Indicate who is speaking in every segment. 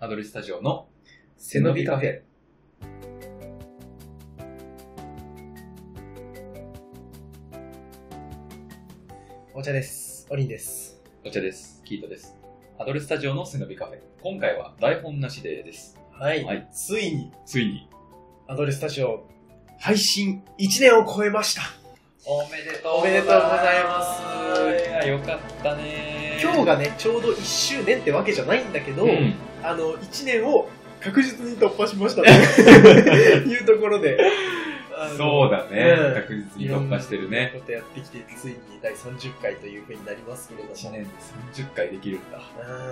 Speaker 1: ドリスタジオの
Speaker 2: 背伸びカフェ。お茶です。おりんです。
Speaker 1: お茶です。キートです。アドリスタジオの背伸びカフェ。今回は台本なしでです。
Speaker 2: はい。
Speaker 1: はい
Speaker 2: ついに、
Speaker 1: ついに。
Speaker 2: アドレスタジオ、配信1年を超えました。
Speaker 1: おめでと
Speaker 2: うございます
Speaker 1: いや、よかったね
Speaker 2: 今日がね、ちょうど1周年ってわけじゃないんだけど、
Speaker 1: うん、
Speaker 2: あの、1年を確実に突破し ましたというところで。あの
Speaker 1: そうだね
Speaker 2: うん
Speaker 1: 確実に突破してるね。
Speaker 2: ことやってきて、ついに第30回というふうになりますけれども。
Speaker 1: 1年で30回できるんだ。
Speaker 2: うん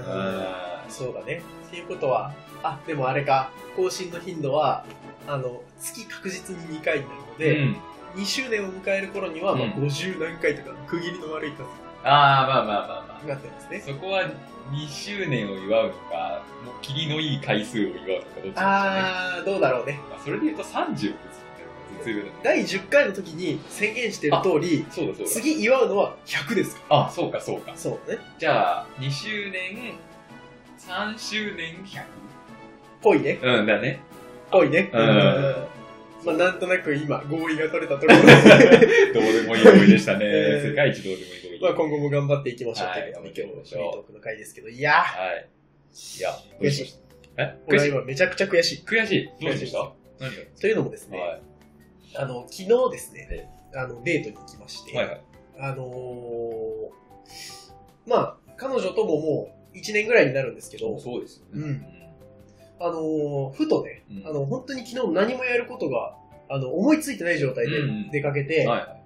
Speaker 1: あ
Speaker 2: そうだね。っていうことは、あ、でもあれか、更新の頻度は、あの、月確実に2回になるの
Speaker 1: ー
Speaker 2: で、
Speaker 1: うん
Speaker 2: 2周年を迎える頃には、まあ、
Speaker 1: うん
Speaker 2: 50何回とか、区切りの悪い数
Speaker 1: あー、まあまあまあまあ。
Speaker 2: になってますね。
Speaker 1: そこは2周年を祝うのか、もう霧のいい回数を祝うのか、どっちでしょうね。
Speaker 2: あー、どうだろうね。
Speaker 1: まあ、それで言うと30って言ってたよね
Speaker 2: 第10回の時に宣言してる通り、
Speaker 1: そうだそうだ。
Speaker 2: 次祝うのは100ですか
Speaker 1: あ、そうかそうか。
Speaker 2: ら。そうね。
Speaker 1: じゃあ、2周年、3周年100。
Speaker 2: ぽいね。
Speaker 1: うんだね。
Speaker 2: ぽいね。
Speaker 1: うん
Speaker 2: まあ、なんとなく今、合意が取れたところで、
Speaker 1: どうでもいい思いで したね。
Speaker 2: えー
Speaker 1: 世界一どうでもいい思い。
Speaker 2: まあ、今後も頑張っていきましょうということで、
Speaker 1: はい
Speaker 2: 今日、フリートークの回ですけど、いやー、
Speaker 1: はい。いや、ど
Speaker 2: 悔
Speaker 1: う
Speaker 2: し
Speaker 1: し
Speaker 2: い
Speaker 1: ましたえ悔
Speaker 2: 俺は
Speaker 1: しい
Speaker 2: 今めちゃくちゃ悔しい。
Speaker 1: 悔しいどうでした何が
Speaker 2: というのもですね、
Speaker 1: は
Speaker 2: あの昨日ですね、
Speaker 1: え
Speaker 2: あのデートに行きまして、
Speaker 1: い。はいはい。
Speaker 2: あのーまあ彼女とももう1年ぐらいになるんですけど、
Speaker 1: そうですよ
Speaker 2: うん
Speaker 1: ね。
Speaker 2: あのーふとね、
Speaker 1: うん
Speaker 2: あの本当に昨日何もやることがあの思いついてない状態で
Speaker 1: うん
Speaker 2: 出かけて、
Speaker 1: はいはい。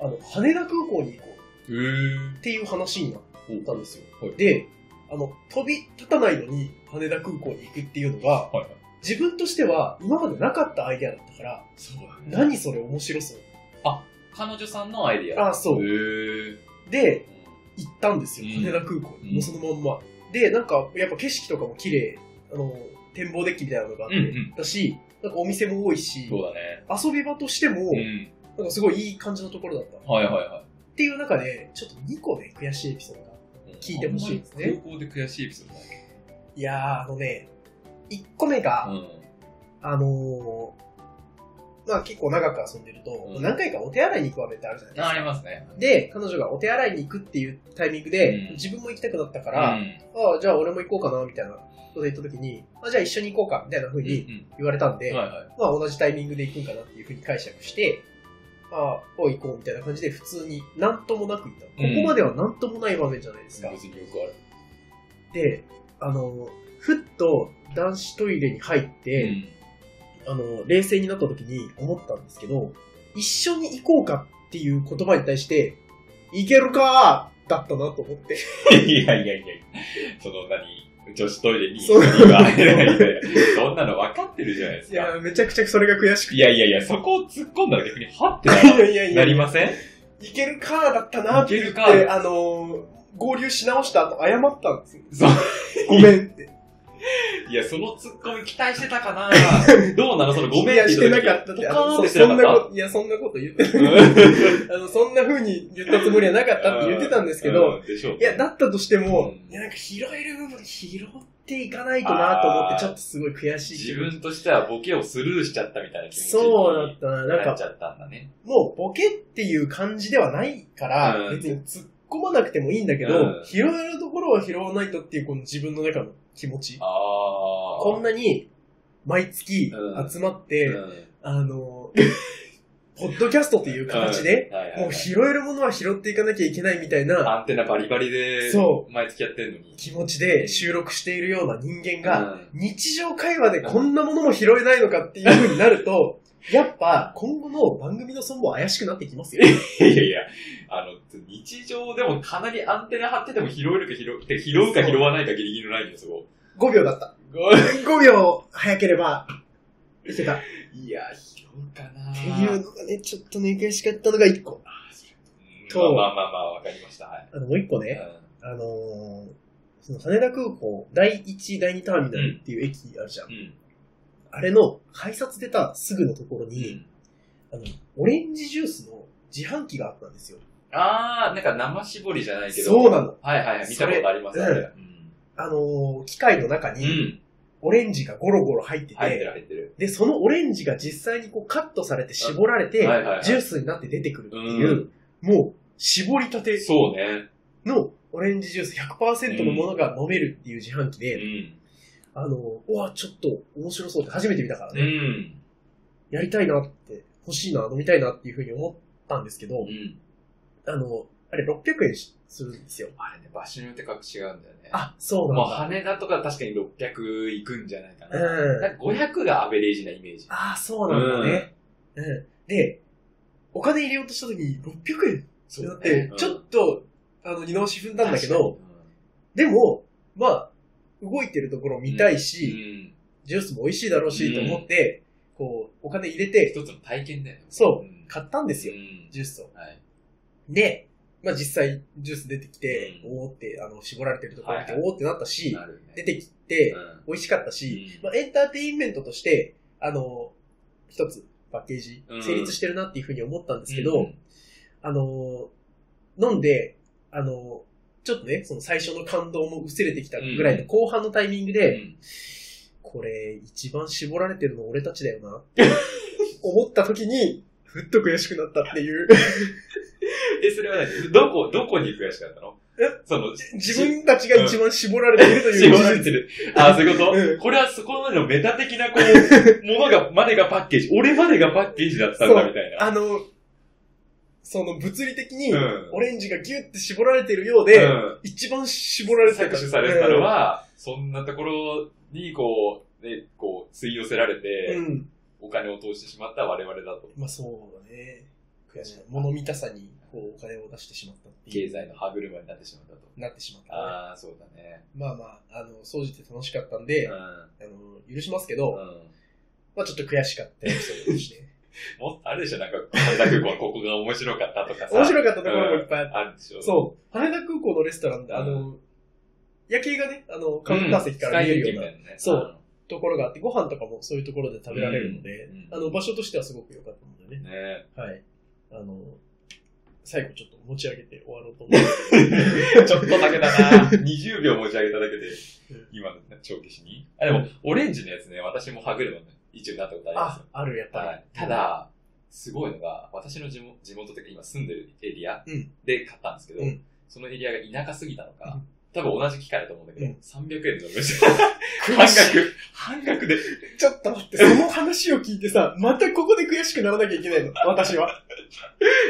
Speaker 2: あの羽田空港に行こう
Speaker 1: うー
Speaker 2: っていう話になっ
Speaker 1: ん。
Speaker 2: たんですよ。
Speaker 1: はい
Speaker 2: であの飛び立たないのに羽田空港に行くっていうのが
Speaker 1: はいはい。
Speaker 2: 自分としては今までなかったアイデアだったから
Speaker 1: そうだね。
Speaker 2: 何それ面白そう
Speaker 1: 彼女さんのアイディア。
Speaker 2: あそう
Speaker 1: へー
Speaker 2: で行ったんですよ、
Speaker 1: うん
Speaker 2: 羽田空港に、
Speaker 1: うん
Speaker 2: もうそのまんま。で、なんか、やっぱ景色とかも綺麗、あの、展望デッキみたいなのがあって、
Speaker 1: うんうん
Speaker 2: だし、なんかお店も多いし、
Speaker 1: そうだね。
Speaker 2: 遊び場としても、
Speaker 1: うん。
Speaker 2: なんかすごいいい感じのところだった。っ
Speaker 1: はいはいはい。
Speaker 2: ていう中で、ちょっと2個ね、悔しいエピソードが。聞いてほしいですね
Speaker 1: あんまり空港で悔しいエピソードない
Speaker 2: いやー、あのね、1個目が、あのーまあ結構長く遊んでると、
Speaker 1: うん
Speaker 2: 何回かお手洗いに行く場面ってあるじゃない
Speaker 1: うん。
Speaker 2: です
Speaker 1: あ
Speaker 2: か。
Speaker 1: りますね。
Speaker 2: で、彼女がお手洗いに行くっていうタイミングで、
Speaker 1: うん
Speaker 2: 自分も行きたくなった
Speaker 1: か
Speaker 2: か、
Speaker 1: らうん
Speaker 2: ああ、じゃあ俺も行こうかな、みたいなことで言った時に、あじゃあ一緒に行こうか、みたいな風に言われたんで、
Speaker 1: はいはい。
Speaker 2: まあ同じタイミングで行くんかなっていう風に解釈して、ああ、おい行こうみたいな感じで普通になんともなく行った。こ
Speaker 1: うん
Speaker 2: こまではなんともない場面じゃないですか。
Speaker 1: 別によくある。
Speaker 2: で、あの、ふっと男子トイレに入って、あの、冷静になった時に思ったんですけど、一緒に行こうかっていう言葉に対して、行けるかーだったなと思って。
Speaker 1: うんいやいやいや、その何、女子トイレに
Speaker 2: そう
Speaker 1: 今入らないで、そんなの分かってるじゃないです
Speaker 2: い
Speaker 1: か。
Speaker 2: や、めちゃくちゃそれが悔しくて。
Speaker 1: いやいやいや、そこを突っ込んだら逆に、はって
Speaker 2: いやいやいや
Speaker 1: なりません
Speaker 2: いけるかだったなって言っ
Speaker 1: いける
Speaker 2: て、あのー合流し直した後謝ったんですよ。
Speaker 1: そう
Speaker 2: ごめんって。
Speaker 1: いや、その突っ込み期待してたか などうなのそのごめん
Speaker 2: いやしてなかったって、あのそ
Speaker 1: そ
Speaker 2: そん
Speaker 1: ん
Speaker 2: な
Speaker 1: な
Speaker 2: こ、
Speaker 1: こと
Speaker 2: いや、そんなこと言って、
Speaker 1: と言ってなかっ
Speaker 2: あの、そんな風に言ったつもりはなかったって言ってたんですけど、
Speaker 1: た。でしょう
Speaker 2: いや、だったとしても
Speaker 1: う、ん
Speaker 2: いや、なんか拾える部分拾っていかないとなと思っ
Speaker 1: あー
Speaker 2: て、ちょっとすごい悔しい気
Speaker 1: 自
Speaker 2: 分。
Speaker 1: 分としてはボケをスルーしちゃったみたいな気持ちに
Speaker 2: そうだったな。な
Speaker 1: なんっち
Speaker 2: か、
Speaker 1: ゃったんだね。
Speaker 2: もうボケっていう感じではないから、
Speaker 1: うん
Speaker 2: 別に突っ込まなくてもいいんだけ
Speaker 1: う
Speaker 2: ど、
Speaker 1: ん
Speaker 2: 拾えるところは拾わないとっていう、この自分の中の気持ち。
Speaker 1: ああ。
Speaker 2: こんなに毎月
Speaker 1: うん
Speaker 2: 集まって、
Speaker 1: うん
Speaker 2: あの、ポッドキャストという形で、、
Speaker 1: はいはいはい
Speaker 2: もう拾えるものは拾っていかなきゃいけないみたいな
Speaker 1: アンテナバリバリで、
Speaker 2: そ
Speaker 1: 毎月やってんのに。
Speaker 2: 気持ちで収録しているような人間が、
Speaker 1: うん
Speaker 2: 日常会話でこんなものも拾えないのかっていう風になる と、やっぱ今後の番組の損も怪しくなって きますよ。
Speaker 1: いやいやいや、あの、日常でもかなりアンテナ張ってても拾えるか拾って、拾うか拾わないかギリギリのラインですよ、
Speaker 2: 5秒だった。
Speaker 1: そこ。
Speaker 2: 5秒早ければ、いけた。っ
Speaker 1: いや、拾うかなって
Speaker 2: いうのがね、ちょっとね、悔しかったのが1個。
Speaker 1: まあまあまあまあ、わかりました。はい。
Speaker 2: あの、もう1個ね、
Speaker 1: う
Speaker 2: あのーその羽田空港第1、第2ターミナルっていう駅あるじゃん。
Speaker 1: ん。うん
Speaker 2: あれの改札出たすぐのところに、あの、オレンジジュースの自販機があったんですよ。
Speaker 1: あー、なんか生絞りじゃないけど。
Speaker 2: そうなの。
Speaker 1: はいはいはい、見たことあります、
Speaker 2: それ
Speaker 1: あれうん
Speaker 2: あのー機械の中
Speaker 1: う
Speaker 2: に、
Speaker 1: ん。
Speaker 2: オレンジがゴロゴロ入ってて、
Speaker 1: 入ってる入ってる。
Speaker 2: で、そのオレンジが実際にこうカットされて絞られ
Speaker 1: は
Speaker 2: て、
Speaker 1: いはいはい
Speaker 2: ジュースになって出てくるっていう、もう、絞りたて
Speaker 1: そうね。
Speaker 2: のオレンジジュース100%のものが飲めるっていう自販機
Speaker 1: う
Speaker 2: で、
Speaker 1: ん。
Speaker 2: あの、うわ、ちょっと面白そうって初めて見たから
Speaker 1: う
Speaker 2: ね、
Speaker 1: ん。
Speaker 2: やりたいなって、欲しいな、飲みたいなっていうふうに思ったんですけど
Speaker 1: う、ん。
Speaker 2: あの、あれ600円しするんですよ。
Speaker 1: あれね、場所によって格違うんだよね。
Speaker 2: あ、そう
Speaker 1: ま
Speaker 2: なん
Speaker 1: あ、
Speaker 2: だ。
Speaker 1: 羽田とか確かに600いくんじゃないかな。
Speaker 2: うん
Speaker 1: なんか500がアベレージなイメージ。
Speaker 2: ああ、そうなんだね、うん。で、お金入れようとした時に600円
Speaker 1: そ
Speaker 2: だって、ちょっと、あの、二の足踏んだんだけど、、
Speaker 1: う
Speaker 2: でも、まあ、動いてるところ見たいし、
Speaker 1: ん、
Speaker 2: ジュースも美味しいだろうし、と思って、こう、お金入れて、
Speaker 1: 一つの体験だよね。
Speaker 2: そ
Speaker 1: ん
Speaker 2: 買ったんですよ、
Speaker 1: うん
Speaker 2: ジュースを。
Speaker 1: はい。
Speaker 2: で、まあ実際、ジュース出てきて、
Speaker 1: うん
Speaker 2: おーって、あの、絞られてるところ見て、
Speaker 1: はい
Speaker 2: おーってなったし、
Speaker 1: なるね。
Speaker 2: 出てきて
Speaker 1: う、ん
Speaker 2: 美味しかったし、
Speaker 1: うん
Speaker 2: まあエンターテインメントとして、あの、一つ、パッケージ
Speaker 1: う、ん
Speaker 2: 成立してるなっていうふうに思ったんですけ
Speaker 1: う
Speaker 2: ど
Speaker 1: ん、
Speaker 2: あの、飲んで、あの、ちょっとね、その最初の感動も薄れてきたぐらいの後半のタイミング
Speaker 1: う
Speaker 2: で、
Speaker 1: ん
Speaker 2: これ、一番絞られてるの俺たちだよな。 思った時に、ふっと悔しくなったっ ていう。
Speaker 1: え、それは何どこ、どこに悔しかったの
Speaker 2: え
Speaker 1: その、
Speaker 2: 自分たちが一番絞られてるという
Speaker 1: 絞ら
Speaker 2: 事
Speaker 1: れて
Speaker 2: 実。
Speaker 1: る。あー、そういうこと、
Speaker 2: うん
Speaker 1: これはそこまでのメタ的な、こ う、ものが、までがパッケージ。俺までがパッケージだったんだ、みたいな。
Speaker 2: あの、その物理的に、
Speaker 1: うん
Speaker 2: オレンジがギュって絞られてるようで、
Speaker 1: うん
Speaker 2: 一番絞られてた
Speaker 1: 搾取されたの、は、そんなところに、こう、ね、こう、吸い寄せられ
Speaker 2: う
Speaker 1: て、
Speaker 2: ん。
Speaker 1: お金を投資してしまった我々だと。
Speaker 2: まあそうだね。悔しい。物見たさに、こう、お金を出してしまったっていう
Speaker 1: 経済の歯車になってしまったと。
Speaker 2: なってしまったね、
Speaker 1: ああ、そうだね。
Speaker 2: まあまあ、あの、掃除って楽しかったんで、
Speaker 1: う
Speaker 2: あ
Speaker 1: ん。
Speaker 2: の、許しますけど、
Speaker 1: うん
Speaker 2: まあちょっと悔しかったエピソードです ね。
Speaker 1: もっとあるでしょ、なんか、羽田空港のここが面白かったとかさ。
Speaker 2: 面白かったところもいっぱいあって。
Speaker 1: あるでしょ。
Speaker 2: そう。羽田空港のレストランで、あの、夜景がね、あの、カウンター席から見えるような
Speaker 1: な。ね、
Speaker 2: そうところがあって、ご飯とかもそういうところで食べられるので
Speaker 1: うん、
Speaker 2: あの、場所としてはすごく良かったので
Speaker 1: うん。
Speaker 2: ね。
Speaker 1: ね
Speaker 2: はい。あの、最後ちょっと持ち上げて終わろうと思う。
Speaker 1: ちょっとだけだ な。20秒持ち上げただけで
Speaker 2: うん、
Speaker 1: 今の長期しに。あ、でも、オレンジのやつね、私も歯車の一応になったことありますよ
Speaker 2: あ、ある、やっぱり。
Speaker 1: はい、 た、だ、すごいのが、私の地元地元というか今住んでるエリア
Speaker 2: うん
Speaker 1: で買ったんですけど、
Speaker 2: うん
Speaker 1: そのエリアが田舎すぎたのか、
Speaker 2: うん
Speaker 1: 多分同じ機械だと思うんだけど、
Speaker 2: うん
Speaker 1: 300円で飲みました。半額、半額で。
Speaker 2: ちょっと待 って、その話を聞いてさ、またここで悔しくならなきゃいけないの、私は。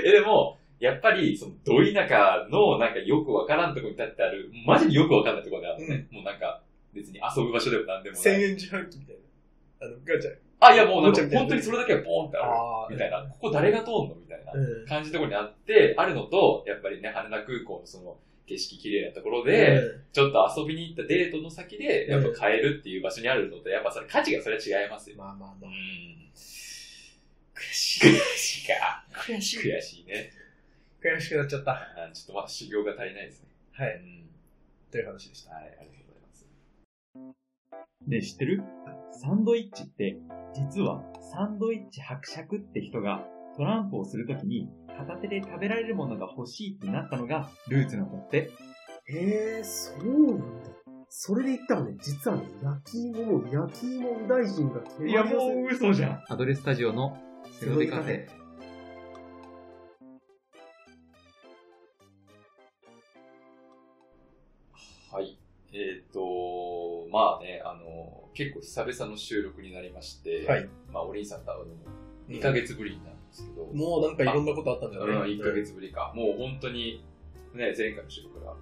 Speaker 1: え、でも、やっぱり、その、ど田舎の、なんかよくわからんとこに立ってある、マジでよくわかんないとこであるね、もうなんか、別に遊ぶ場所でもなんでも
Speaker 2: 1000
Speaker 1: ない。
Speaker 2: 円自販機みたいな。あの、ガチャ。
Speaker 1: あ、いやもうなん
Speaker 2: おもちゃ
Speaker 1: か
Speaker 2: みたいな
Speaker 1: 本当にそれだけはポンってある。
Speaker 2: あ
Speaker 1: みたいな。ここ誰が通んのみたいな。
Speaker 2: うん。
Speaker 1: 感じのところにあって、あるのと、やっぱりね、羽田空港のその、景色綺麗なところで、ちょっと遊びに行ったデートの先で、やっぱ買えるっていう場所にあるのと、やっぱそれ価値がそれは違います
Speaker 2: うん
Speaker 1: よ。
Speaker 2: まあまあまあ。
Speaker 1: ん。
Speaker 2: 悔しい。
Speaker 1: 悔しいか。
Speaker 2: 悔しい。
Speaker 1: 悔しいね。
Speaker 2: 悔しくなっちゃった。は
Speaker 1: あーちょっとまだ修行が足りないですね。う
Speaker 2: い。
Speaker 1: ん。
Speaker 2: という話でした。
Speaker 1: はい、ありがとうございます。
Speaker 3: で知ってるサンドイッチって、実はサンドイッチ伯爵って人がトランプをするときに片手で食べられるものが欲しいってなったのがルーツなんだって。
Speaker 2: ええそうなんだ。それで言ったらね、実はね、焼き芋の、焼き芋大臣が決まりません。
Speaker 3: う嘘じゃん。
Speaker 4: アドレスタジオのセロデカフェ。
Speaker 1: はい。えっ、と、まあね、あの、結構久々の収録になりまして、
Speaker 2: はい。
Speaker 1: まあ、おりんさんと会うのも2ヶ月ぶりになるんですけど、
Speaker 2: もうなんかいろんなことあったんじゃない
Speaker 1: うん、1ヶ。月ぶりか。もう本当に、ね、前回の収録から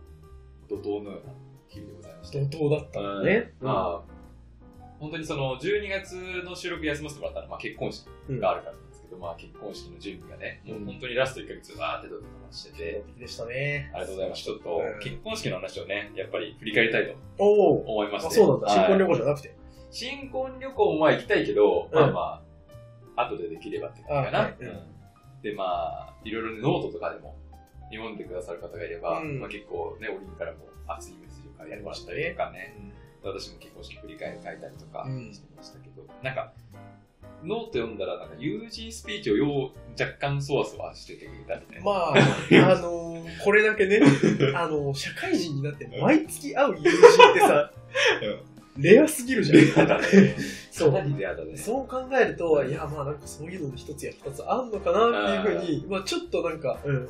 Speaker 1: 怒涛のような日々でございました。
Speaker 2: 怒涛だったんだね。
Speaker 1: うんまあ、本当にその、12月の収録休ませてもらったのは、まあ、結婚式
Speaker 2: うん。
Speaker 1: があるからなんですけど、まあ、結婚式の準備がね、もう本当にラスト1ヶ月わーってドタバタしてて、
Speaker 2: 的でしたね。
Speaker 1: ありがとうございます。ちょっと
Speaker 2: うん、
Speaker 1: 結婚式の話をね、やっぱり振り返りたいと
Speaker 2: おお。
Speaker 1: 思いまして。
Speaker 2: あ、そうなんだ。新婚旅
Speaker 1: 行。
Speaker 2: 行じゃなくて。
Speaker 1: 新婚旅行もまあ行きたいけど、
Speaker 2: うん
Speaker 1: まあまあ、後でできればって感じか
Speaker 2: あ
Speaker 1: な。
Speaker 2: はいうん
Speaker 1: うんで、まあ、いろいろねノートとかでも読んでくださる方がいれば、
Speaker 2: うん
Speaker 1: まあ結構ね、オリンからも熱いメッセージを書いてましたりとかね、私も結婚式振り返り書いたりとか
Speaker 2: うん
Speaker 1: してましたけど、なんか、ノート読んだら、なんか友人スピーチをよう若干そわそわしててくれたみたいな。
Speaker 2: ま あ、あのー、 これだけね、あのー、社会人になって毎月会う友人ってさ、レアすぎるじゃん。
Speaker 1: アだね。
Speaker 2: そう
Speaker 1: かなりレアだね。
Speaker 2: そう考えると、いや、まあなんかそういうので一つや二つあんのかなっていうふうに、まあちょっとなんか、うん、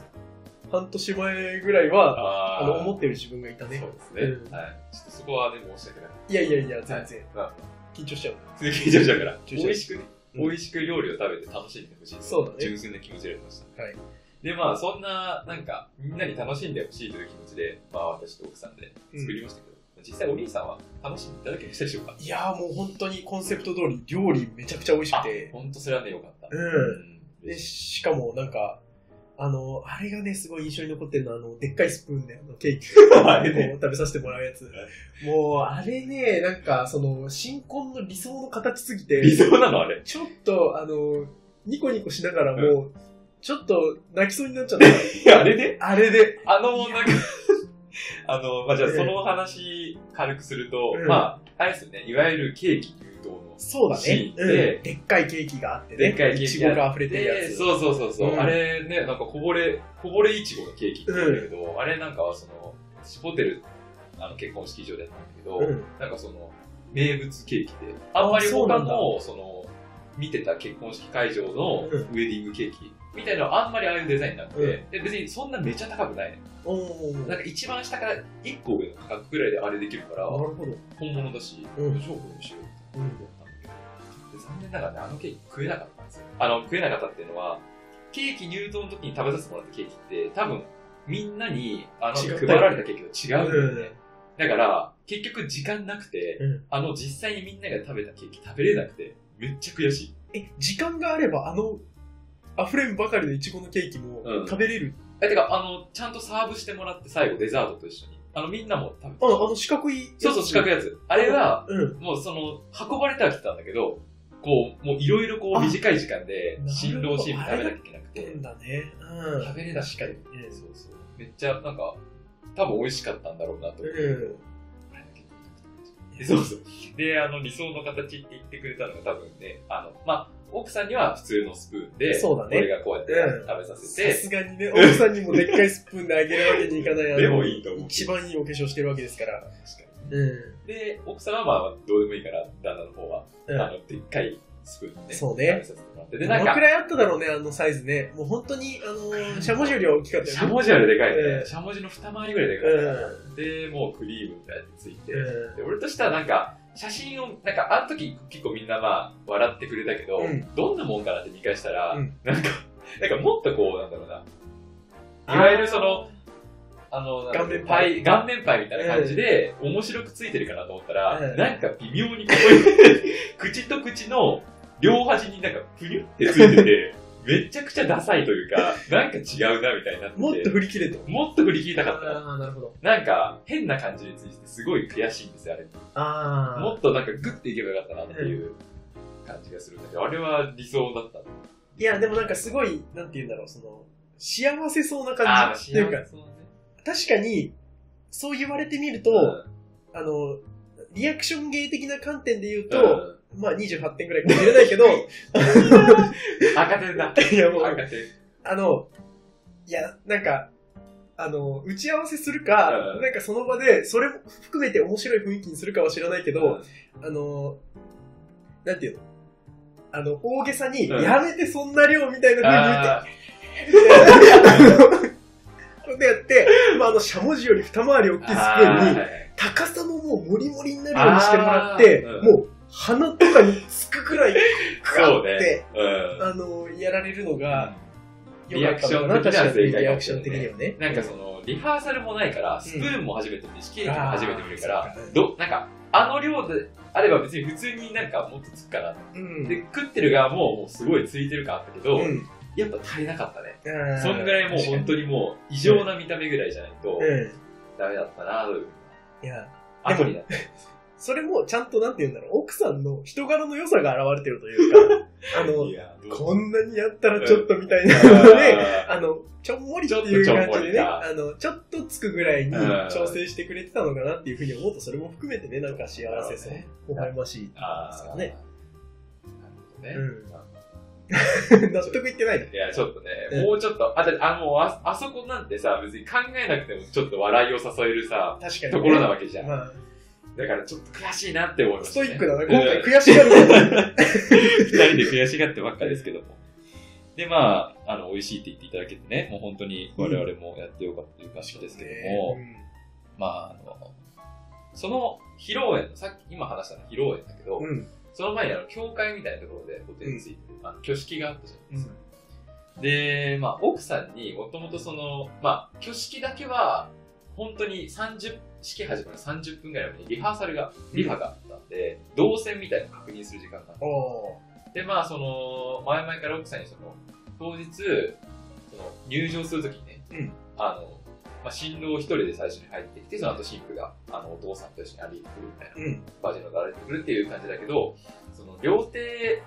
Speaker 2: 半年前ぐらいは、
Speaker 1: あ
Speaker 2: あの、思
Speaker 1: っ
Speaker 2: ってる自分がいた
Speaker 1: た
Speaker 2: ね
Speaker 1: そ。うですね。はい。ちょっとそこはね、申し訳ない。
Speaker 2: いやいやいや、全然
Speaker 1: は。
Speaker 2: 緊張しちゃう。
Speaker 1: 続き以上だから、
Speaker 2: 注
Speaker 1: 美
Speaker 2: 射
Speaker 1: 味しくね、
Speaker 2: うん
Speaker 1: 美味しく料理を食べて楽しんでほしい。
Speaker 2: そうだね
Speaker 1: 純粋な気持ちでやりました。
Speaker 2: はい。
Speaker 1: で、まあ、そんな、なんか、みんなに楽しんでほしいという気持ちで、まあ、私と奥さんで作りましたけど、実際お兄さんは楽しんでいただけましたでしょうか
Speaker 2: いやーもう本当にコンセプト通り料理めちゃくちゃ美味しくて。
Speaker 1: 本当それはね、よかった。
Speaker 2: うん
Speaker 1: ん
Speaker 2: で、しかもなんか、あの、あれがね、すごい印象に残ってるのは、あの、でっかいスプーンで、あの、ケーキ
Speaker 1: あれね
Speaker 2: を食べさせてもらうやつ。もう、あれね、なんか、その、新婚の理想の形すぎて、
Speaker 1: 理想なのあれ。
Speaker 2: ちょっと、あの、ニコニコしながらも、ちょっと泣きそうになっちゃっ
Speaker 1: い や、あれね、
Speaker 2: た。あれで、
Speaker 1: あの、なんか、あの、まあ、じゃあそのお話、軽くすると、
Speaker 2: うん
Speaker 1: まあ、あれですよね、いわゆるケーキ入刀の。
Speaker 2: そうだね
Speaker 1: シ。ー
Speaker 2: う
Speaker 1: ン
Speaker 2: ん、
Speaker 1: で
Speaker 2: でっかいケーキがあってね。
Speaker 1: でっかいケーキ
Speaker 2: いちごが溢れてるや
Speaker 1: で、
Speaker 2: つ。
Speaker 1: そうそうそうそう、
Speaker 2: うん
Speaker 1: あれね、なんかこぼれ、こぼれいちごのケーキって言うんだけど、あれなんかはその、私ホテル、あの、結婚式場でやったんだけど、
Speaker 2: うん。
Speaker 1: なんかその、名物ケーキで、あんまり
Speaker 2: そう
Speaker 1: 他
Speaker 2: なんだ
Speaker 1: の、その、見てた結婚式会場のウ
Speaker 2: うん
Speaker 1: ェディングケーキみたいなのはあんまりああいうデザインになくて、
Speaker 2: う
Speaker 1: で別にそんなめちゃ高くない。
Speaker 2: おー
Speaker 1: なんか一番下から1個上の価格くらいであれできるから、
Speaker 2: なるほど。
Speaker 1: 本物だし、
Speaker 2: うん
Speaker 1: 超美味しいよって
Speaker 2: う
Speaker 1: 思
Speaker 2: ん
Speaker 1: ったんだけど、で残念ながらね、あのケーキ食えなかったんですよ。あの、食えなかったっていうのは、ケーキ入刀の時に食べさせてもらったケーキって、多分、みんなに、あの、
Speaker 2: 違った
Speaker 1: 配
Speaker 2: よ
Speaker 1: られたケーキと違うんだよね。
Speaker 2: うん
Speaker 1: だから、結局時間なくて、
Speaker 2: うん
Speaker 1: あの、実際にみんなが食べたケーキ食べれなくて、めっちゃ悔しい。
Speaker 2: え、時間があれば、あの、溢れんばかりのいちごのケーキも
Speaker 1: うん
Speaker 2: 食べれる。
Speaker 1: え、てか、あの、ちゃんとサーブしてもらって、最後デザートと一緒に。あの、みんなも食べて。
Speaker 2: あの、あの四角いやつ。
Speaker 1: そうそう、四角いやつ。あれは、
Speaker 2: うん。
Speaker 1: もうその、運ばれてはきたんだけど、こう、もういろいろこう、
Speaker 2: あ
Speaker 1: 短い時間で、
Speaker 2: なるほど
Speaker 1: 新郎新婦食べなきゃいけなくて
Speaker 2: 変、だね。うん。
Speaker 1: 食べれなく
Speaker 2: 確か
Speaker 1: て
Speaker 2: に。。
Speaker 1: そうそう。めっちゃ、なんか、多分美味しかったんだろうなと思って。
Speaker 2: うん。
Speaker 1: で そうそう。で、あの、理想の形って言ってくれたのが多分ね、あの、まあ、奥さんには普通のスプーンで、
Speaker 2: そうだね
Speaker 1: 俺がこうやって
Speaker 2: うん
Speaker 1: 食べさせ
Speaker 2: さ
Speaker 1: て、
Speaker 2: すがにね、奥さんにもでっかいスプーンであげるわけにいかない。あ の
Speaker 1: でもいいと思う
Speaker 2: 一番いいお化粧してるわけですから。うん。
Speaker 1: で、奥さんはまあ、どうでもいいから、旦那の方は、
Speaker 2: うん
Speaker 1: あの、でっかいスプーンで、
Speaker 2: そうね
Speaker 1: 食べさせてもらって。
Speaker 2: ど
Speaker 1: で、
Speaker 2: の
Speaker 1: なんか
Speaker 2: く、らいあっただろうね、あのサイズね。もう本当に、あの ー、しゃもじよりは大きかった
Speaker 1: し
Speaker 2: よ
Speaker 1: ゃ
Speaker 2: ね。
Speaker 1: もじあれでかいね。
Speaker 2: うん
Speaker 1: しゃもじの二回りぐらいでかいね、で、もうクリームみたいなのついて、
Speaker 2: うん
Speaker 1: で俺としてはなんか、写真を、なんか、あの時結構みんなまあ、笑ってくれたけど、
Speaker 2: うん
Speaker 1: どんなもんかなって見返したら、
Speaker 2: うん
Speaker 1: なんか、なんかもっとこう、なんだろうな、いわゆるその、あの、なんか
Speaker 2: 顔面
Speaker 1: パ
Speaker 2: パ
Speaker 1: イ、
Speaker 2: イ
Speaker 1: 顔面パイみたいな感じで、面白くついてるかなと思ったら、
Speaker 2: うん
Speaker 1: なんか微妙にこういう、口と口の両端になんかぷにゅってついてて、めちゃくちゃダサいというか、なんか違うなみたいになってて、
Speaker 2: もっと振り切れて。
Speaker 1: もっと振り切りたかった。
Speaker 2: ああ、なるほど。
Speaker 1: なんか変な感じについててすごい悔しいんですよ、あれ。
Speaker 2: あ
Speaker 1: もっとなんかグッていけばよかったなっていう感じがするんだけど、あれは理想だった。
Speaker 2: いや、でもなんかすごい、なんて言うんだろう、その、幸せそうな
Speaker 1: あ
Speaker 2: 感
Speaker 1: ー
Speaker 2: じっていうか、
Speaker 1: そうね
Speaker 2: 確かに、そう言われてみると、あの、リアクション芸的な観点で言う
Speaker 1: うん
Speaker 2: と、まあ28点ぐらいかもしれないけど、
Speaker 1: うん赤点だ。
Speaker 2: いやもう、
Speaker 1: 赤点。
Speaker 2: あの、いや、なんか、あの、打ち合わせするか、
Speaker 1: うん
Speaker 2: なんかその場で、それも含めて面白い雰囲気にするかは知らないけど、あの、なんていうのあの、大げさに、
Speaker 1: うん
Speaker 2: やめてそんな量みたいな風に言って、
Speaker 1: あ
Speaker 2: でやって、まあ、あの、しゃもじより二回り大きいスプ
Speaker 1: あ
Speaker 2: ーンに、
Speaker 1: はいはい
Speaker 2: 高さももうモリモリになるようにしてもらって、
Speaker 1: あーうん
Speaker 2: もう鼻とかにつくくらい、クワ
Speaker 1: そう
Speaker 2: っ
Speaker 1: ね
Speaker 2: て、。
Speaker 1: う
Speaker 2: あの、やられるの
Speaker 1: ん
Speaker 2: が、良
Speaker 1: リア
Speaker 2: かっ
Speaker 1: ク
Speaker 2: た
Speaker 1: ショ
Speaker 2: の
Speaker 1: ン
Speaker 2: か
Speaker 1: 的には
Speaker 2: な、確か
Speaker 1: 正解
Speaker 2: に、リ
Speaker 1: か
Speaker 2: ア
Speaker 1: も
Speaker 2: ク
Speaker 1: し
Speaker 2: シ
Speaker 1: れない
Speaker 2: ョン的にはね。
Speaker 1: なんかその、リハーサルもないから、スプーンも初めて見るし、ケーキも初めて見るから、
Speaker 2: あー
Speaker 1: ど、なんか、あの量であれば別に普通になんかもっとつくかなって。
Speaker 2: うん。
Speaker 1: で、食ってる側ももうすごいついてる感あったけど、
Speaker 2: うん
Speaker 1: やっぱ足りなかったね。
Speaker 2: あー
Speaker 1: そんぐらいもう本当にもう異常な見た目ぐらいじゃないと
Speaker 2: 確かにう
Speaker 1: ダメだったなという。
Speaker 2: ん。いや、
Speaker 1: 後になって。
Speaker 2: それもちゃんとなんて言うんだろう、奥さんの人柄の良さが現れてるというか、あの、
Speaker 1: や、
Speaker 2: こ
Speaker 1: ん
Speaker 2: んなにやったらちょっとみたいな ので、
Speaker 1: な
Speaker 2: あの、ちょんもりっていう感じでね、
Speaker 1: ちょっとちょんも
Speaker 2: あの、ちょっとつくぐらいに
Speaker 1: うん
Speaker 2: 調整してくれてたのかなっていうふうに思うと、それも含めてね、なんか幸せそう。微笑ましいです
Speaker 1: あ
Speaker 2: よ
Speaker 1: ー。
Speaker 2: ね。
Speaker 1: なるほどね。
Speaker 2: うん
Speaker 1: まあ
Speaker 2: 納得いってないね。
Speaker 1: いや、ちょっとね、
Speaker 2: うん
Speaker 1: もうちょっと、あ、だってあもうあ、あそ こなんてさ、別に考えなくてもちょっと笑いを誘えるさ、
Speaker 2: 確かに、ね。
Speaker 1: ところなわけじゃん。
Speaker 2: まあ、
Speaker 1: だからちょっと悔しいなって思いまし
Speaker 2: ス
Speaker 1: た、
Speaker 2: ト
Speaker 1: ね。
Speaker 2: イックだな、
Speaker 1: うん
Speaker 2: 今回悔しがるな。
Speaker 1: 二人で悔しがってばっかですけども。で、まあ、あの、美味しいって言っていただけてね、もう本当に我々もやってよかったという感じですけども、まあ、あの、その披露宴、さっき今話したのは披露宴だけど、
Speaker 2: うん。うん。
Speaker 1: その前にあの、教会みたいなところでホテルについて、あの挙式があったじゃないですか。で、まあ、奥さんにもともとその、まあ、挙式だけは、本当に30、式始まる30分ぐらい前にリハーサルが、リハがあったんで、動線みたいなのを確認する時間があった
Speaker 2: おお
Speaker 1: で、まあ、その、前々から奥さんにその、当日、その、入場するときにね、
Speaker 2: うん
Speaker 1: あの、まあ、新郎一人で最初に入ってきて、その後新婦が、あの、お父さんと一緒に歩いてくるみたいな、
Speaker 2: ー。うん。
Speaker 1: バージョンが歩いてくるっていう感じだけど、その、両手、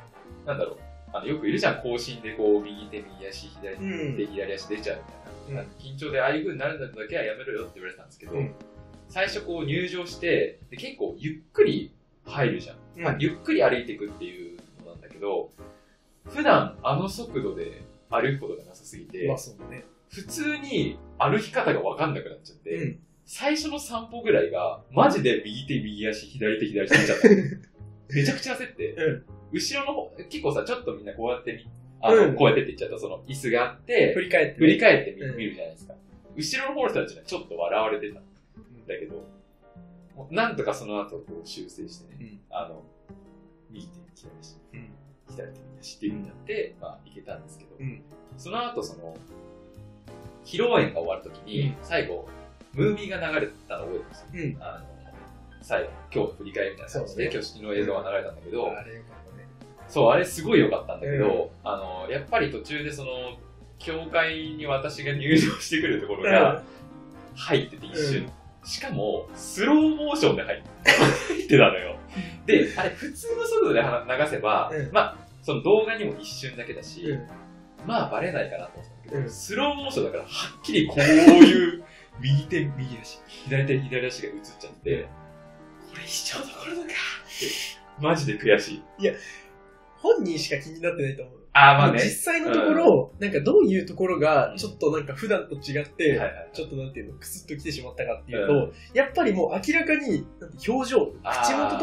Speaker 1: なんだろう、あの、よくいるじゃん、更新でこう、右手、右足、左
Speaker 2: うん
Speaker 1: 手、左足出ちゃうみたいな、
Speaker 2: うん
Speaker 1: 緊張でああいう風になるんだけはやめろよって言われてたんですけど、
Speaker 2: うん
Speaker 1: 最初こう入場して、で結構ゆっくり入るじゃん。
Speaker 2: うん
Speaker 1: まあ、ゆっくり歩いていくっていうのなんだけど、普段あの速度で歩くことがなさすぎて、
Speaker 2: まあそうだね。
Speaker 1: 普通に歩き方がわかんなくなっちゃって、
Speaker 2: うん
Speaker 1: 最初の散歩ぐらいが、マジで右手右足、左手左足出ちゃった。 めちゃくちゃ焦って、
Speaker 2: うん
Speaker 1: 後ろの方、結構さ、ちょっとみんなこうやってみ、あの、
Speaker 2: うん
Speaker 1: こうやってって言っちゃった、その椅子があって、
Speaker 2: 振り返って
Speaker 1: 振
Speaker 2: ね。
Speaker 1: り返ってみ
Speaker 2: うん
Speaker 1: 見るじゃないですか。後ろの方の人たちがちょっと笑われてたんだけど、もうなんとかその後こう修正してね、
Speaker 2: うん
Speaker 1: あの、右手左足、
Speaker 2: うん
Speaker 1: 左手右足っていう風になって、まあ、いけたんですけど、
Speaker 2: うん
Speaker 1: その後その、披露宴が終わるときに、
Speaker 2: うん
Speaker 1: 最後、ムービーが流れてたの覚えてます
Speaker 2: うん。
Speaker 1: あの、最後、今日振り返りみたいな感じで、
Speaker 2: そう
Speaker 1: 挙式の映像が流れたんだけど、
Speaker 2: あれよかったね。
Speaker 1: そう、あれすごい良かったんだけど、あの、やっぱり途中でその、教会に私が入場してくるところが入ってて一瞬。しかも、スローモーションで入って 入ってたのよ。で、あれ普通の速度で流せば、
Speaker 2: うん
Speaker 1: まあ、その動画にも一瞬だけだし、
Speaker 2: うん。
Speaker 1: まあバレないかなと思ってたんだけど、
Speaker 2: うん
Speaker 1: スローモーションだからはっきりこういう 右手右足、左手左足が映っちゃって、これ一生残るのかって、マジで悔しい。
Speaker 2: 本人しか気になってないと思う。
Speaker 1: ああ、まあね。
Speaker 2: 実際のところ、なんかどういうところが、ちょっとなんか普段と違って、
Speaker 1: はいはい
Speaker 2: ちょっとなんていうの、くすっと来てしまったかっていうと、やっぱりもう明らかに、なんて表情、口元と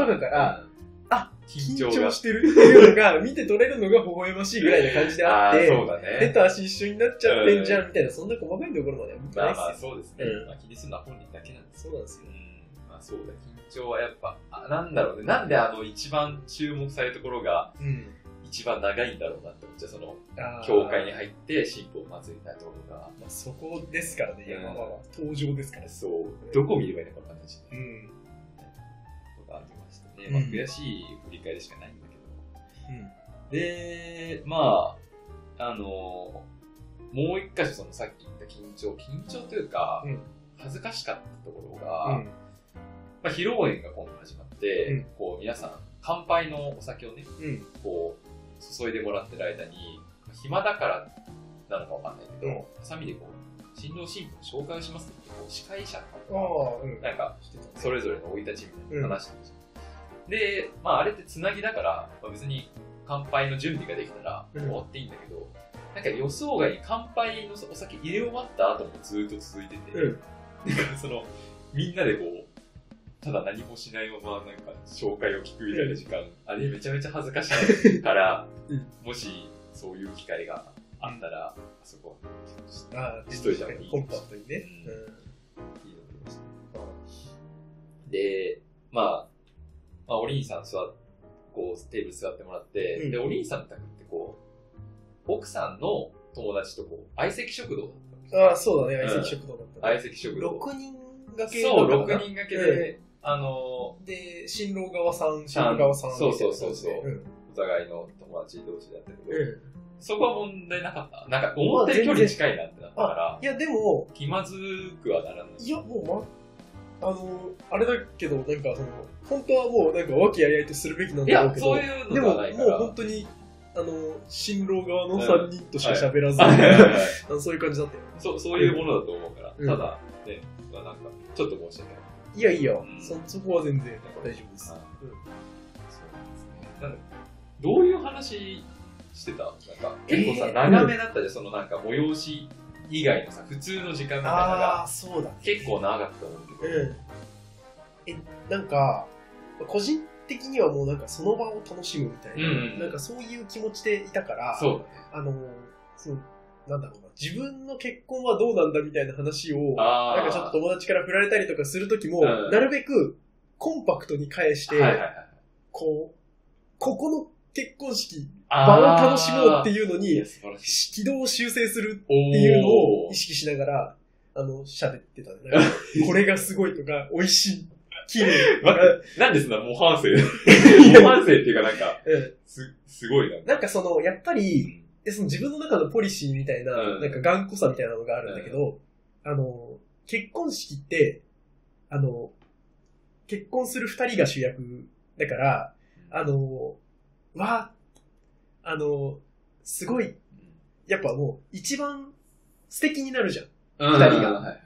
Speaker 2: かから、、あ、
Speaker 1: 緊
Speaker 2: 緊
Speaker 1: 張
Speaker 2: 張
Speaker 1: が
Speaker 2: してるっていうのが、見て取れるのが微笑ましいぐらいな感じであっ
Speaker 1: あー
Speaker 2: て、
Speaker 1: そうだ
Speaker 2: 手
Speaker 1: ね。
Speaker 2: と足一緒になっちゃってんじゃ
Speaker 1: うん
Speaker 2: ん、みたいな、そんな細かいところまでは見て
Speaker 1: ま
Speaker 2: な
Speaker 1: あ
Speaker 2: いっす
Speaker 1: まあ
Speaker 2: よ。
Speaker 1: そうですね。
Speaker 2: うん
Speaker 1: まあ、気にするのは本人だけなんです
Speaker 2: そうなんですよ
Speaker 1: う。んまあそうだ、緊張はやっぱ、あなんだろうね。なんであの一番注目されるところが
Speaker 2: うん。
Speaker 1: 一番長いんだろうなって思っちゃう。その、
Speaker 2: あー
Speaker 1: 教会に入って神父を祭りたいところが。
Speaker 2: まあそこですからね、
Speaker 1: うん
Speaker 2: 山は。登場ですからね。
Speaker 1: そう、どこ見ればいいのか分かんないしね。
Speaker 2: うん。
Speaker 1: ことがありましたね。まあ、
Speaker 2: うん
Speaker 1: 悔しい振り返りしかないんだけど。で、まあ、あの、もう一箇所、そのさっき言った緊張、緊張というか、
Speaker 2: うん
Speaker 1: 恥ずかしかったところ
Speaker 2: う
Speaker 1: が、
Speaker 2: ん。
Speaker 1: まあ、披露宴が今度始まって、
Speaker 2: うん
Speaker 1: こう、皆さん、乾杯のお酒をね、
Speaker 2: うん。
Speaker 1: こう、注いでもらってる間に、暇だからなのかわかんないけど、
Speaker 2: うん
Speaker 1: ハサミでこう、新郎新婦の紹介をしますって言って、こう、司会者
Speaker 2: ああ、うん。
Speaker 1: なんか、
Speaker 2: してたね
Speaker 1: それぞれの生い立ちみたいな話してました。で、まああれってつなぎだから、まあ、別に乾杯の準備ができたら
Speaker 2: うん
Speaker 1: 終わっていいんだけど、なんか予想外に乾杯のお酒入れ終わった後もずっと続いてて、
Speaker 2: うん
Speaker 1: なんかその、みんなでこう、ただ何もしないままなんか紹介を聞くみたいな時間、あれめちゃめちゃ恥ずかしいから、
Speaker 2: うん
Speaker 1: もしそういう機会があったら、あそこはちょっとして
Speaker 2: ああ、
Speaker 1: 一人じゃない
Speaker 2: コンパクトにね。
Speaker 1: うんいいの見ましたねで、まあ、まあ、おりんさん座っこう、テーブル座ってもらって、
Speaker 2: うん
Speaker 1: で、おりんさんの宅ってこう、奥さんの友達とこう、相席食堂だったんですよ
Speaker 2: ああ、そうだね、相席食堂だったね。
Speaker 1: 相席食堂。
Speaker 2: 6人掛け
Speaker 1: そう、
Speaker 2: だったか
Speaker 1: 6
Speaker 2: な
Speaker 1: 人掛けで、あの、お
Speaker 2: で、新郎側さん、新婦側さんみたいな感じで。
Speaker 1: そうそうそうそうん互いの友達同士だったけど、
Speaker 2: うん
Speaker 1: そこは問題なかった。なんか、思ったより距離近いなってなったから、
Speaker 2: いや、でも、
Speaker 1: 気まずくはならない。
Speaker 2: いや、もう、ま、あの、あれだけど、なんか、その、本当はもう、なんか、和気あいあいとするべきなん
Speaker 1: い
Speaker 2: だろう
Speaker 1: や、
Speaker 2: け
Speaker 1: そ
Speaker 2: ど
Speaker 1: う、いうの
Speaker 2: で
Speaker 1: で
Speaker 2: も、
Speaker 1: は
Speaker 2: も
Speaker 1: ないか
Speaker 2: う
Speaker 1: ら。
Speaker 2: 本当に、あの、新郎側の3人としか喋らず、
Speaker 1: はいはい はい
Speaker 2: あのそういう感じだったよ。
Speaker 1: そうそういうものだと思うから、
Speaker 2: うん
Speaker 1: ただ、ね、なんか、ちょっと申し訳ない。
Speaker 2: いやいや
Speaker 1: ん、
Speaker 2: そ、そこは全然大丈夫です。
Speaker 1: はい
Speaker 2: う
Speaker 1: そ
Speaker 2: ん
Speaker 1: うなんですね。なんかどういう話してたなんか、結構さ、
Speaker 2: えー
Speaker 1: 長めだったじゃん、そのなんか、催し以外のさ、普通の時間みたいなのが、
Speaker 2: あ、そうだ。
Speaker 1: 結構長かったと思うけど、
Speaker 2: うん。え、なんか、個人的にはもうなんかその場を楽しむみたいな、
Speaker 1: うんうん
Speaker 2: なんかそういう気持ちでいたから、
Speaker 1: そうだね。
Speaker 2: あの、その、なんだろうな、自分の結婚はどうなんだみたいな話を、
Speaker 1: あ
Speaker 2: なんかちょっと友達から振られたりとかするときも、
Speaker 1: うん
Speaker 2: なるべくコンパクトに返して、
Speaker 1: はいはいはい、
Speaker 2: こう、ここの結婚式、場を
Speaker 1: あー
Speaker 2: 楽しもうっていうの
Speaker 1: い
Speaker 2: に
Speaker 1: や、、素晴らしい。
Speaker 2: 軌道を修正する
Speaker 1: お
Speaker 2: っていうのを
Speaker 1: ー
Speaker 2: 意識しながら、あの、喋ってたね。なんか これがすごいとか、美味しい、綺麗とか
Speaker 1: 待って、なんでそんな模範 生模範生っていうかなんか、
Speaker 2: う
Speaker 1: す、すごいな。
Speaker 2: んなんかその、やっぱ
Speaker 1: う
Speaker 2: り、
Speaker 1: ん
Speaker 2: えその自分の中のポリシーみたいな、
Speaker 1: うん
Speaker 2: なんか頑固さみたいなのがあるんだけど、あの、結婚式って、あの、結婚する二人が主役だから、あの、わ、あの、すごい、やっぱもう一番素敵になるじゃん。
Speaker 1: うん
Speaker 2: 二人が
Speaker 1: はいはいはい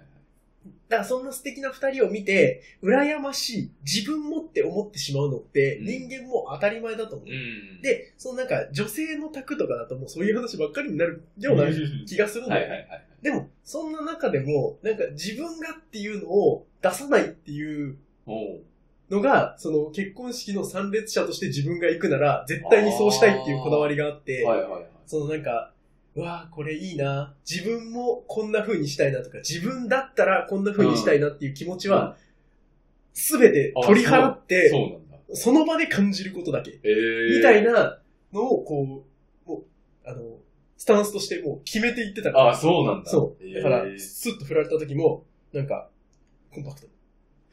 Speaker 2: だからそんな素敵な二人を見て、羨ましい、自分もって思ってしまうのって、
Speaker 1: うん
Speaker 2: 人間も当たり前だと思う。
Speaker 1: うん、
Speaker 2: で、そのなんか女性の宅とかだともうそういう話ばっかりになるような気がするん
Speaker 1: は
Speaker 2: だ
Speaker 1: い
Speaker 2: よ
Speaker 1: はいは
Speaker 2: ね。
Speaker 1: い。
Speaker 2: でも、そんな中でも、なんか自分がっていうのを出さないっていう
Speaker 1: おう
Speaker 2: のが、その結婚式の参列者として自分が行くなら、絶対にそうしたいっていうこだわりがあって、
Speaker 1: はいはいはい。
Speaker 2: そのなんか、うわあこれいいな自分もこんな風にしたいなとか、自分だったらこんな風にしたいなっていう気持ちは、すべて取り払って、
Speaker 1: そう
Speaker 2: そ
Speaker 1: なんだ。
Speaker 2: の場で感じることだけ、
Speaker 1: えー、
Speaker 2: みたい。なのを、こう、もう、あの、スタンスとしてもう決めていってたから。
Speaker 1: あ、そうなんだ。
Speaker 2: そう。だから
Speaker 1: え、ー
Speaker 2: スッと振られた時も、なんか、コンパクト。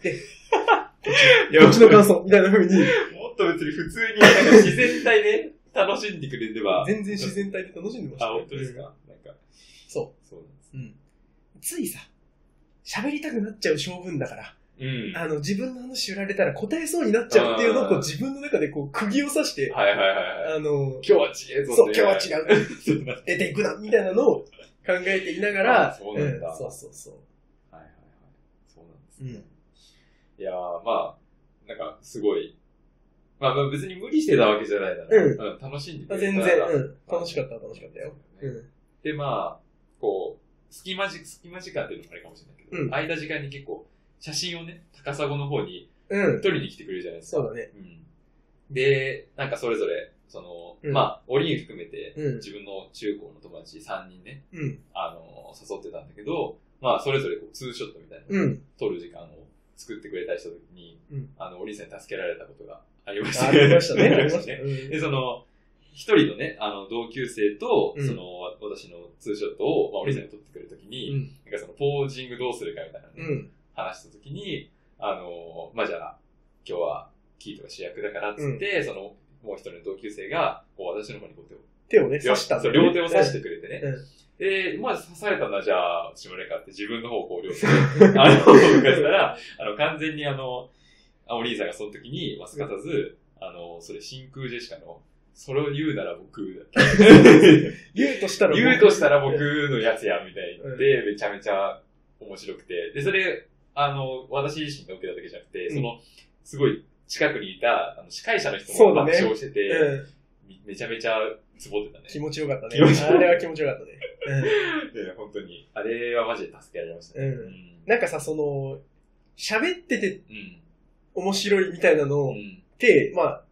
Speaker 1: いや
Speaker 2: こっちの感想みたいな風に、
Speaker 1: もっと別に普通に、なんか自然体で楽しんでくれれば。
Speaker 2: 全然自然体で楽しんでました
Speaker 1: あ、
Speaker 2: ね、
Speaker 1: 本当ですか。なんか、
Speaker 2: そ
Speaker 1: そうなんです。
Speaker 2: う。うん。ついさ、喋りたくなっちゃう性分だから。
Speaker 1: うん。
Speaker 2: あの、自分の話振られたら答えそうになっちゃうっていうのをこう
Speaker 1: あー
Speaker 2: 自分の中でこう釘を刺して、
Speaker 1: はいはいはいはい。
Speaker 2: あの、
Speaker 1: 今日は違えぞ。
Speaker 2: そう、今日は違う、
Speaker 1: 違う。
Speaker 2: 出ていくな、みたいなのを考えていなが
Speaker 1: あ
Speaker 2: ら、
Speaker 1: そうなんだ
Speaker 2: うそうそうそ
Speaker 1: はいはいはい。そうなんです
Speaker 2: う。う
Speaker 1: ね。
Speaker 2: ん。
Speaker 1: いやー、まあ、なんか、すごい。まあまあ別に無理してたわけじゃないだろ
Speaker 2: う
Speaker 1: うん。楽しんでくれ
Speaker 2: 全
Speaker 1: た
Speaker 2: 然
Speaker 1: ら、
Speaker 2: うん。楽しかった、楽しかったよ。
Speaker 1: う。
Speaker 2: うんん。
Speaker 1: で、まあ、こう、隙間じ、隙間時間っていうのもあれかもしれないけど、
Speaker 2: うん
Speaker 1: 空いた時間に結構、写真をね、高砂の方に
Speaker 2: うん。
Speaker 1: 撮りに来てくれるじゃないですか。
Speaker 2: そうだね。
Speaker 1: うん。で、なんかそれぞれ、その、
Speaker 2: うん
Speaker 1: まあ、折り含めて、
Speaker 2: うん。
Speaker 1: 自分の中高の友達3人ね、
Speaker 2: うん。
Speaker 1: あの、誘ってたんだけど、まあ、それぞれこう、ツーショットみたいなのを
Speaker 2: うん。
Speaker 1: 撮る時間を作ってくれたりした時に、
Speaker 2: うん
Speaker 1: あの、お兄さんに助けられたことがありました
Speaker 2: あり ましたね。
Speaker 1: あ
Speaker 2: あ
Speaker 1: り
Speaker 2: り
Speaker 1: ま
Speaker 2: ま
Speaker 1: した
Speaker 2: した
Speaker 1: ね。
Speaker 2: ね。
Speaker 1: で、その、一人のね、あの、同級生と、
Speaker 2: うん
Speaker 1: その、私のツーショットを、まあ、お兄さんが撮ってくれるときに、
Speaker 2: うん。
Speaker 1: なんかその、ポージングどうするかみたいなね、
Speaker 2: うん。
Speaker 1: 話したときに、あの、まあ、じゃあ、今日は、キートが主役だからっつって、その、もう一人の同級生が、こう、私の方にこう手を
Speaker 2: 手をね、
Speaker 1: 両
Speaker 2: 刺したんだ
Speaker 1: そう
Speaker 2: よね
Speaker 1: 両手を刺してくれてね。
Speaker 2: うん
Speaker 1: で、まあ刺されたのはじゃあ、下根かって自分の方をこう両手で、 あの、動かしたら、あの、完全にあの、あお兄さんがその時に、まあ、すかさず、あの、それ真空ジェシカの、それを言うなら僕 だっけ
Speaker 2: 言うとしたら、
Speaker 1: 言うとしたら僕のやつや、みたいに言って、めちゃめちゃ面白くて。で、それ、あの、私自身が受けただけじゃなくて、
Speaker 2: うん
Speaker 1: その、すごい近くにいた、あの、司会者の人
Speaker 2: そ
Speaker 1: も
Speaker 2: うだね
Speaker 1: 爆笑してて、
Speaker 2: うん。
Speaker 1: みめちゃめちゃツボってたね。
Speaker 2: 気持ちよかった
Speaker 1: 気持ちよかっ
Speaker 2: ね。あ
Speaker 1: た
Speaker 2: れは気持ちよかったね。うん。
Speaker 1: で、本当に。あれはマジで助けられましたね。
Speaker 2: うんなんかさ、その、喋ってて
Speaker 1: うん。
Speaker 2: 面白いみたいなのを、
Speaker 1: うん。
Speaker 2: って、まあ、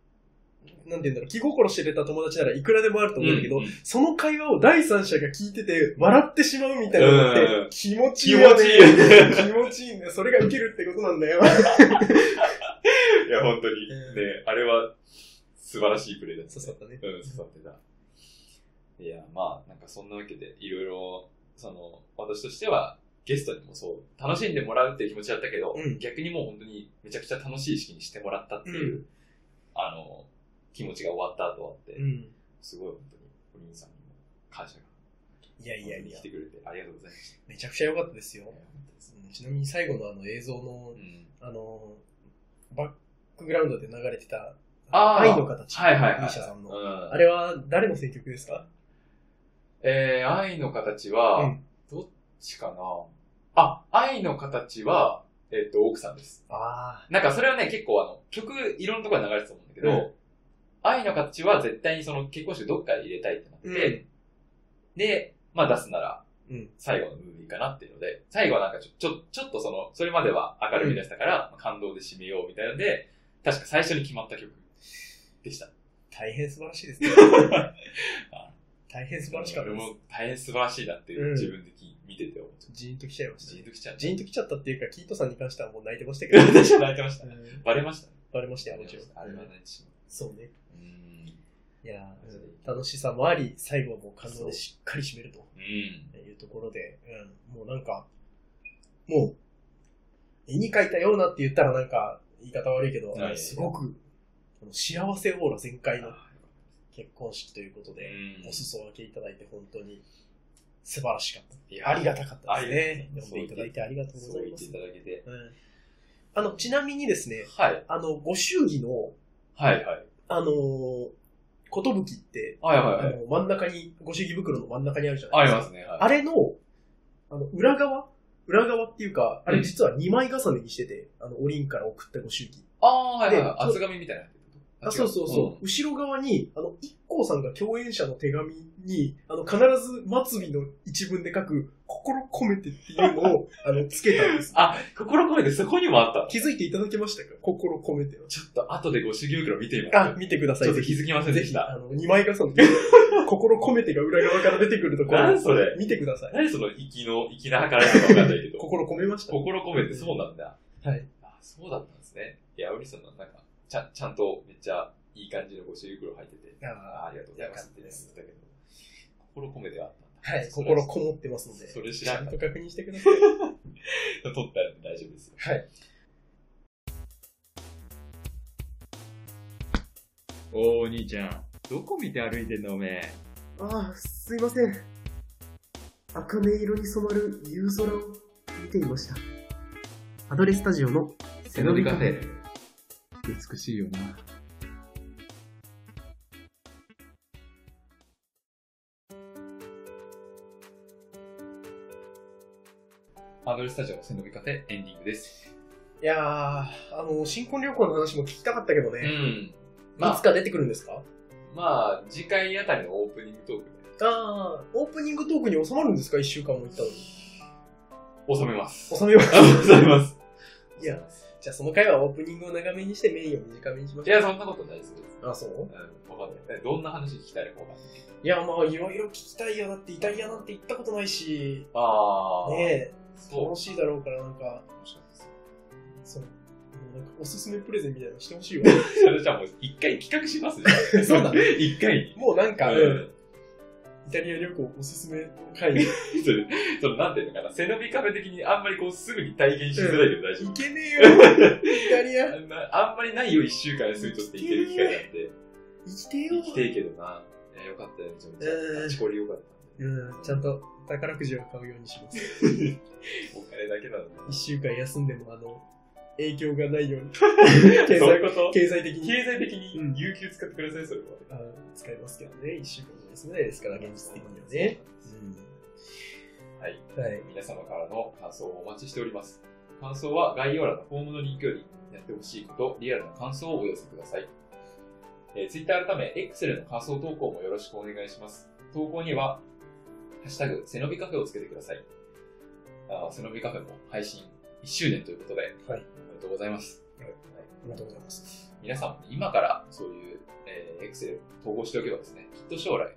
Speaker 2: なんて言うんだろう、気心してれた友達ならいくらでもあると思うんだけど、
Speaker 1: うんうん
Speaker 2: その会話を第三者が聞いてて、笑ってしまうみたいなのって、
Speaker 1: うん
Speaker 2: 気持ちいいよね。
Speaker 1: 気
Speaker 2: 気持ちいいんだよ。それがウケるってことなんだよ。
Speaker 1: いや、本当に。
Speaker 2: うん
Speaker 1: ね、あれは素晴らしいプレーだった。
Speaker 2: 刺さったね。
Speaker 1: うん、刺さってた。いや、まあ、なんかそんなわけで、いろいろ、その、私としては、ゲストにもそう、楽しんでもらうっていう気持ちだったけど、
Speaker 2: うん
Speaker 1: 逆にもう本当にめちゃくちゃ楽しい式にしてもらったっていう、あの、気持ちが終わった後あって、
Speaker 2: うん。
Speaker 1: すごい本当に、お兄さんにも感謝が、
Speaker 2: いやいやいや
Speaker 1: 来て、くれて、ありがとうございました。
Speaker 2: めちゃくちゃ良かったですよ
Speaker 1: いや。本当です
Speaker 2: うんちなみに最後のあの映像の
Speaker 1: う、ん
Speaker 2: あの、バックグラウンドで流れてた、
Speaker 1: あー
Speaker 2: 愛の形。
Speaker 1: はいはいはい。
Speaker 2: ミーシャさんの
Speaker 1: うん
Speaker 2: あれは誰の選曲ですか
Speaker 1: えー、愛の形は、
Speaker 2: うん
Speaker 1: どっちかなあ、愛の形は、えっ、と、奥さんです。
Speaker 2: ああ。
Speaker 1: なんかそれはね、結構あの、曲、いろんなところで流れてたと思うんだけど、
Speaker 2: うん
Speaker 1: 愛の形は絶対にその結婚式どっかで入れたいってなって、
Speaker 2: うん
Speaker 1: で、まあ出すなら、
Speaker 2: うん
Speaker 1: 最後のムービーかなっていうので、最後はなんかちょちょちょっとその、それまでは明るみでしたから、まあ感動で締めようみたいなので、確か最初に決まった曲でした。
Speaker 2: 大変素晴らしい ですね。大変素晴らしかった
Speaker 1: 俺
Speaker 2: です。
Speaker 1: も大変素晴らしいなって、
Speaker 2: うん
Speaker 1: 自分でき見てて思っちゃう。
Speaker 2: ジーンと来ちゃいました
Speaker 1: ジ
Speaker 2: ね、
Speaker 1: ーンときちゃう。
Speaker 2: ジーンと来ちゃったっていうか、キートさんに関してはもう泣いてましたけど。
Speaker 1: 私は泣いてました。
Speaker 2: うん
Speaker 1: バレましたね。
Speaker 2: バレましたよ、もちろん。
Speaker 1: あれは泣いてしまう。
Speaker 2: そうね。
Speaker 1: うん。
Speaker 2: いやーうん楽しさもあり、最後はもう感動でしっかり締めると
Speaker 1: うん。
Speaker 2: いうところで、うん、もうなんか、もう、絵に描いたようなって言ったらなんか、言い方悪いけど、
Speaker 1: はい
Speaker 2: すごく、この幸せオーラ全開の
Speaker 1: あ
Speaker 2: 結婚式ということで、
Speaker 1: うん
Speaker 2: お裾分けいただいて本当に素晴らしかった。
Speaker 1: い
Speaker 2: ありがたかった
Speaker 1: あ
Speaker 2: で
Speaker 1: り
Speaker 2: すね。
Speaker 1: が
Speaker 2: 読
Speaker 1: とう
Speaker 2: んでいただいてありがとうご
Speaker 1: そ
Speaker 2: ざ
Speaker 1: う
Speaker 2: い
Speaker 1: 言
Speaker 2: ま
Speaker 1: って
Speaker 2: す
Speaker 1: い。ただけて。
Speaker 2: うんあの、ちなみにですね、
Speaker 1: はい。
Speaker 2: あの、ご祝儀の、
Speaker 1: はいはい。
Speaker 2: あのー、ことぶきって、
Speaker 1: はいは
Speaker 2: あ
Speaker 1: いはい。
Speaker 2: の、真ん中に、ご祝儀袋の真ん中にあるじゃない
Speaker 1: あ
Speaker 2: で
Speaker 1: り
Speaker 2: すか。
Speaker 1: ますね。はい
Speaker 2: あれの、あの、裏側裏側っていうか、あ
Speaker 1: う
Speaker 2: れ
Speaker 1: ん
Speaker 2: 実は2枚重ねにしてて、あの、おりんから送ったご祝儀。
Speaker 1: ああ、はいはい
Speaker 2: で
Speaker 1: はい。厚紙みたいな。
Speaker 2: あ、そうそうそう。後ろ側に、あの、一光さんが共演者の手紙に、あの、必ず末尾の一文で書く、心込めてっていうの を、あの、つけたんです。
Speaker 1: あ、心込めてそこにもあったの。
Speaker 2: 気づいていただけましたか心込めては。
Speaker 1: ちょっと後でご主義袋見てみます
Speaker 2: あ、。見てください。
Speaker 1: ちょっと
Speaker 2: ぜひ
Speaker 1: 気づきません
Speaker 2: ぜ
Speaker 1: でし
Speaker 2: ひ、
Speaker 1: た。
Speaker 2: あの、二枚重ね。 心込めてが裏側から出てくるところ。
Speaker 1: 何それ
Speaker 2: 見てください。
Speaker 1: 何その粋の、粋な計らいとかわかんないけど。
Speaker 2: 心込めました。
Speaker 1: 心込めてそうなんだ。
Speaker 2: はい。
Speaker 1: あ、そうだったんですね。いや、ウリさんのなんか、ちゃん、ちゃんとめっちゃいい感じのご主義袋入ってて、あ
Speaker 2: あ
Speaker 1: ありがとうございますって言ってたけど、心込めてはあったんだ。
Speaker 2: はい、心こもってますので、
Speaker 1: それ知
Speaker 2: ち
Speaker 1: ら
Speaker 2: ゃ
Speaker 1: ん
Speaker 2: ん
Speaker 1: か
Speaker 2: と
Speaker 1: っ
Speaker 2: 確認してください。
Speaker 1: た。取ったら大丈夫ですよ。
Speaker 2: はい。
Speaker 3: おお兄ちゃん、どこ見て歩いてんだおめえ。
Speaker 2: ああ、すいません。茜色に染まる夕空を見ていました。アドレスタジオの
Speaker 4: 背伸びカフェ。
Speaker 3: 美しいよな。
Speaker 1: アドレスタジオの背伸びカフェエンディングです。
Speaker 2: いやー、あの、新婚旅行の話も聞きたかったけど
Speaker 1: う
Speaker 2: ね。
Speaker 1: ん。ま
Speaker 2: いつ
Speaker 1: あ、
Speaker 2: か出てくるんですか
Speaker 1: まあ、次回あたりのオープニングトークで
Speaker 2: ああ、オープニングトークに収まるんですか一週間も行ったのに。
Speaker 1: 収めます。
Speaker 2: 収めよう。
Speaker 1: ありがとうござ います。
Speaker 2: いや、 じゃあその回はオープニングを長めにしてメインを短めにしま
Speaker 1: い
Speaker 2: しょ
Speaker 1: や、そんなことないです。
Speaker 2: う。あ、そう
Speaker 1: うん、わかんない。えどんな話聞きたいのかわかんない。
Speaker 2: いや、まあ、いろいろ聞きたいよ。だってイタリアなんて行ったことないし、
Speaker 1: あー。
Speaker 2: ねえ、
Speaker 1: そう。
Speaker 2: 楽しいだろうから、なんか、
Speaker 1: 楽しかったです
Speaker 2: そう。もうなんかおすすめプレゼンみたいなのしてほしいわ。
Speaker 1: それじゃあもう一回企画しますね。
Speaker 2: そうだね。
Speaker 1: 一回に。
Speaker 2: もうなんか、
Speaker 1: うん
Speaker 2: イタリア旅行おすすめ 会議。
Speaker 1: それ、そのなんていうのかな、背伸びカフェ的にあんまりこうすぐに体現しづらいけど大丈
Speaker 2: 行
Speaker 1: 夫。
Speaker 2: けねえよ、イタリア。
Speaker 1: あんなあんまりないよ、一週間休み取って行ける機会なんで。
Speaker 2: 生きてえよ。
Speaker 1: 行きてえけどな。えよかったよ、めちゃめち
Speaker 2: う
Speaker 1: ゃ。
Speaker 2: ん
Speaker 1: あちこりよかったんで。
Speaker 2: うん、ちゃんと宝くじを買うようにします。
Speaker 1: お金だけなのに。
Speaker 2: 一週間休んでも、あの、影響がないよう に。
Speaker 1: そ
Speaker 2: 経
Speaker 1: う
Speaker 2: 済
Speaker 1: いうこと
Speaker 2: 経済的に
Speaker 1: 経済的に有給使ってください、それは。
Speaker 2: あ使いますけどね。一週間も休めないですから、現実的にはね。
Speaker 1: はい。
Speaker 2: うん。はい。
Speaker 1: 皆様からの感想をお待ちしております。感想は概要欄のフォームのリンクより、やってほしいこと、リアルな感想をお寄せください。えー、Twitter 改め、X での感想投稿もよろしくお願いします。投稿には、ハッシュタグ、背伸びカフェをつけてください。あー背伸びカフェも配信1周年ということで、
Speaker 2: はい
Speaker 1: おめでとうございます。
Speaker 2: はいありがとうございます。
Speaker 1: 皆さんもね今からそういう、えー、Excel 統合しておけばですね、きっと将来、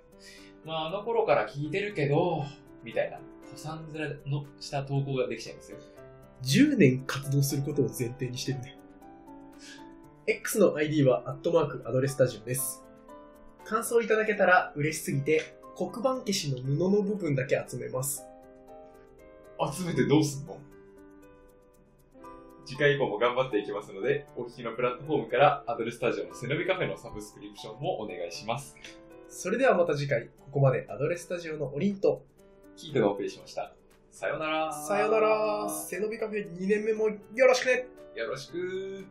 Speaker 1: まああの頃から聞いてるけど、みたいな、子さん面のした投稿ができちゃいますよ。
Speaker 2: 10年活動することを前提にしてるね。X の ID は、アットマークアドレスタジオです。感想いただけたら嬉しすぎて、黒板消しの布の部分だけ集めます。
Speaker 1: 集めてどうすんの次回以降も頑張っていきますので、お聞きのプラットフォームからアドレススタジオの背伸びカフェのサブスクリプションもお願いします。
Speaker 2: それではまた次回、ここまでアドレスタジオのオリンと、
Speaker 1: キートがお送りしました。さようなら。
Speaker 2: さよなら、背伸びカフェ2年目もよろしくね
Speaker 1: よろしく